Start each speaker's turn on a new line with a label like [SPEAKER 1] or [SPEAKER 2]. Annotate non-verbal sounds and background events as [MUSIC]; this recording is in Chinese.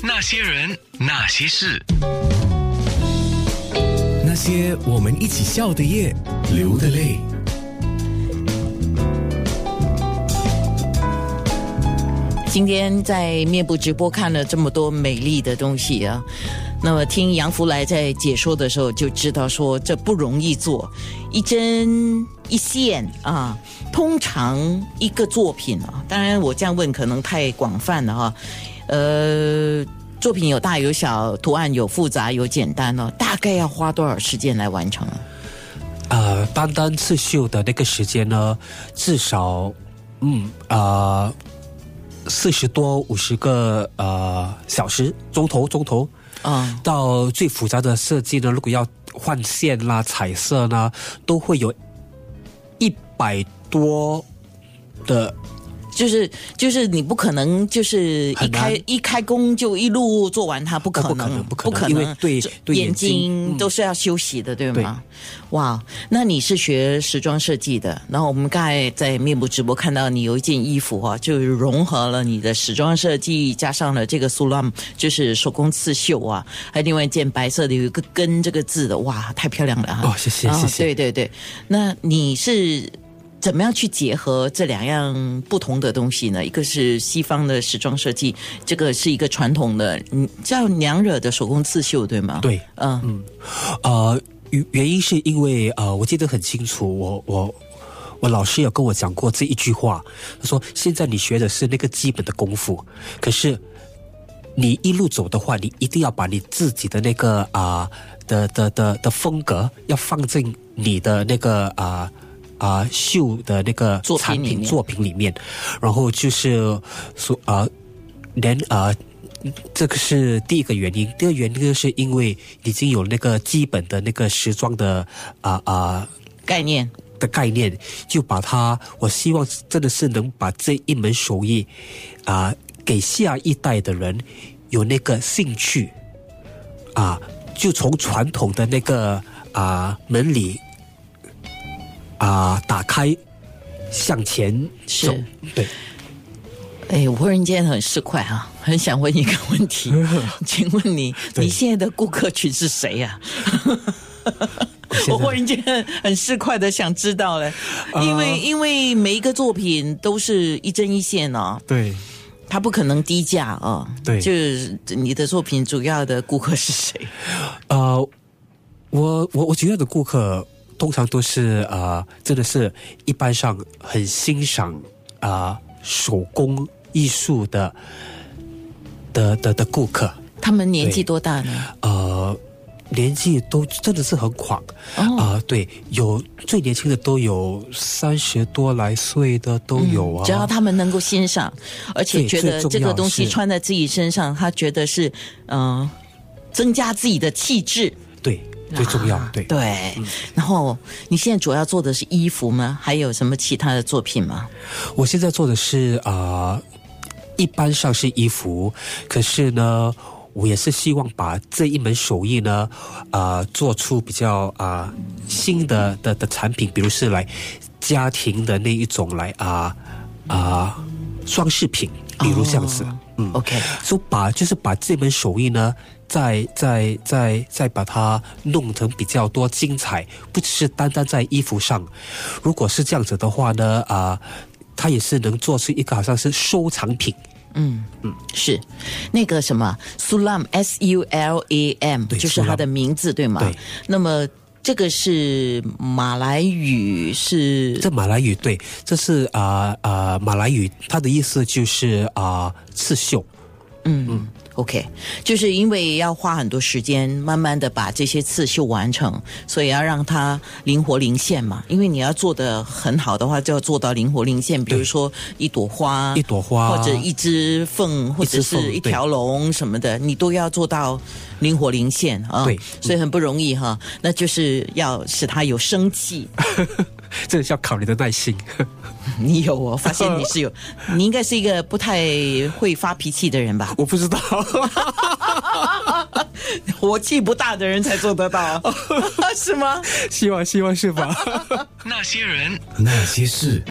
[SPEAKER 1] 那些人，那些事，
[SPEAKER 2] 那些我们一起笑的夜，流的泪。
[SPEAKER 3] 今天在面部直播看了这么多美丽的东西啊，那么听杨福来在解说的时候就知道说这不容易做，一针一线啊，通常一个作品啊，当然我这样问可能太广泛了哈、呃，作品有大有小，图案有复杂有简单哦，大概要花多少时间来完成啊？
[SPEAKER 4] 呃，单单刺绣的那个时间呢，至少，嗯，呃，四十多五十个呃小时，钟头钟头。
[SPEAKER 3] 嗯
[SPEAKER 4] 到最复杂的设计呢，如果要换线啦、彩色啦，都会有一百多的
[SPEAKER 3] 就是就是你不可能就是一
[SPEAKER 4] 很难啊
[SPEAKER 3] 开一开工就一路做完它，不可
[SPEAKER 4] 不可
[SPEAKER 3] 能
[SPEAKER 4] 能不可能因为对
[SPEAKER 3] 这
[SPEAKER 4] 对
[SPEAKER 3] 眼
[SPEAKER 4] 眼睛嗯
[SPEAKER 3] 睛都是要休息的，对吗？哇，那你是学时装设计的，然后我们刚才在面部直播看到你有一件衣服啊，就融合了你的时装设计，加上了这个苏浪，就是手工刺绣啊，还有另外一件白色的有一个“根”这个字的，哇，太漂亮了啊！
[SPEAKER 4] 哦谢谢
[SPEAKER 3] 啊
[SPEAKER 4] 谢谢
[SPEAKER 3] 对对对，那你是怎么样去结合这两样不同的东西呢？一个是西方的时装设计，这个是一个传统的，嗯，叫娘惹的手工刺绣，对吗？，
[SPEAKER 4] 对。
[SPEAKER 3] 嗯
[SPEAKER 4] 呃，原原因是因为呃，我记得很清楚，我我我老师有跟我讲过这一句话，他说：“现在你学的是那个基本的功夫，可是你一路走的话，你一定要把你自己的那个啊、的的的的风格要放进你的那个啊。”啊，绣的那个
[SPEAKER 3] 作品
[SPEAKER 4] 产
[SPEAKER 3] 里
[SPEAKER 4] 品
[SPEAKER 3] 面
[SPEAKER 4] 作品里面，然后就是说啊，连啊，这个是第一个原因。第二原因是因为已经有那个基本的那个时装的啊啊、
[SPEAKER 3] 概念，
[SPEAKER 4] 的概念，就把它，我希望真的是能把这一门手艺啊、给下一代的人有那个兴趣啊、就从传统的那个啊、门里啊、打开向前走
[SPEAKER 3] 是，
[SPEAKER 4] 对。
[SPEAKER 3] 哎，我忽然间很市侩啊， [LAUGHS] 很想问一个问
[SPEAKER 4] [LAUGHS]
[SPEAKER 3] 题，请问你，你现在的顾客群是谁 [LAUGHS] 呀、
[SPEAKER 4] 在
[SPEAKER 3] 我忽然间很市侩的想知道嘞，
[SPEAKER 4] 呃
[SPEAKER 3] 因为、因为每一个作品都是一针一线哦，
[SPEAKER 4] 对，
[SPEAKER 3] 它不可能低价啊。
[SPEAKER 4] 对
[SPEAKER 3] 就是你的作品主要的顾客是谁？
[SPEAKER 4] 呃，我我我主要的顾客通常都是呃，真的是一般上很欣赏啊、呃手工艺术的的的的顾客，
[SPEAKER 3] 他们年纪
[SPEAKER 4] 对
[SPEAKER 3] 多大呢？
[SPEAKER 4] 呃，年纪都真的是很广啊、
[SPEAKER 3] 哦
[SPEAKER 4] 呃对，有最年轻的都有三十多来岁的都有啊，
[SPEAKER 3] 只要他们能够欣赏，而且
[SPEAKER 4] 对
[SPEAKER 3] 觉得
[SPEAKER 4] 最重要
[SPEAKER 3] 这个东西
[SPEAKER 4] 是
[SPEAKER 3] 穿在自己身上，他觉得是嗯、呃增加自己的气质。
[SPEAKER 4] 对最重要
[SPEAKER 3] 啊
[SPEAKER 4] 对。
[SPEAKER 3] 对，然后你现在主要做的是衣服吗？还有什么其他的作品吗？
[SPEAKER 4] 我现在做的是啊、呃一般上是衣服，可是呢，我也是希望把这一门手艺呢，啊、做出比较啊、新的的的产品，比如是来家庭的那一种来啊啊、装饰品，比如这样子，
[SPEAKER 3] 哦
[SPEAKER 4] 嗯。
[SPEAKER 3] OK，
[SPEAKER 4] 就把就是把这门手艺呢，再再再再把它弄成比较多精彩，不只是单单在衣服上。如果是这样子的话呢，啊、它也是能做出一个好像是收藏品，
[SPEAKER 3] 嗯嗯，是那个什么 Sulam S U L A M，
[SPEAKER 4] 对
[SPEAKER 3] 就是它的
[SPEAKER 4] Sulam
[SPEAKER 3] 名字对吗？
[SPEAKER 4] 对。
[SPEAKER 3] 那么这个是马来语是
[SPEAKER 4] 这马来语对，这是啊啊、呃马来语，它的意思就是啊、刺绣， [LAUGHS]
[SPEAKER 3] 嗯嗯 OK，就是因为要花很多时间，慢慢的把这些刺绣完成，所以要让它灵活灵现嘛。因为你要做的很好的话，就要做到灵活灵现。比如说一朵花，
[SPEAKER 4] 一朵花
[SPEAKER 3] 或者一只凤，或者
[SPEAKER 4] 一只
[SPEAKER 3] 是
[SPEAKER 4] 凤
[SPEAKER 3] 一条龙什么的，你都要做到灵活灵现啊。
[SPEAKER 4] 对
[SPEAKER 3] 所以很不容易哈。那就是要使它有生
[SPEAKER 4] [LAUGHS]
[SPEAKER 3] 气。
[SPEAKER 4] 这是要考你的耐心。 [LAUGHS]
[SPEAKER 3] 你有，我发现你是有，你应该是一个不太会发脾气的人吧？
[SPEAKER 4] 我不知道， [LAUGHS]
[SPEAKER 3] [LAUGHS] 火气不大的人才做得到， [LAUGHS] 是吗？
[SPEAKER 4] 希望希望是吧？ [LAUGHS]
[SPEAKER 1] 那些人。
[SPEAKER 2] 那些事。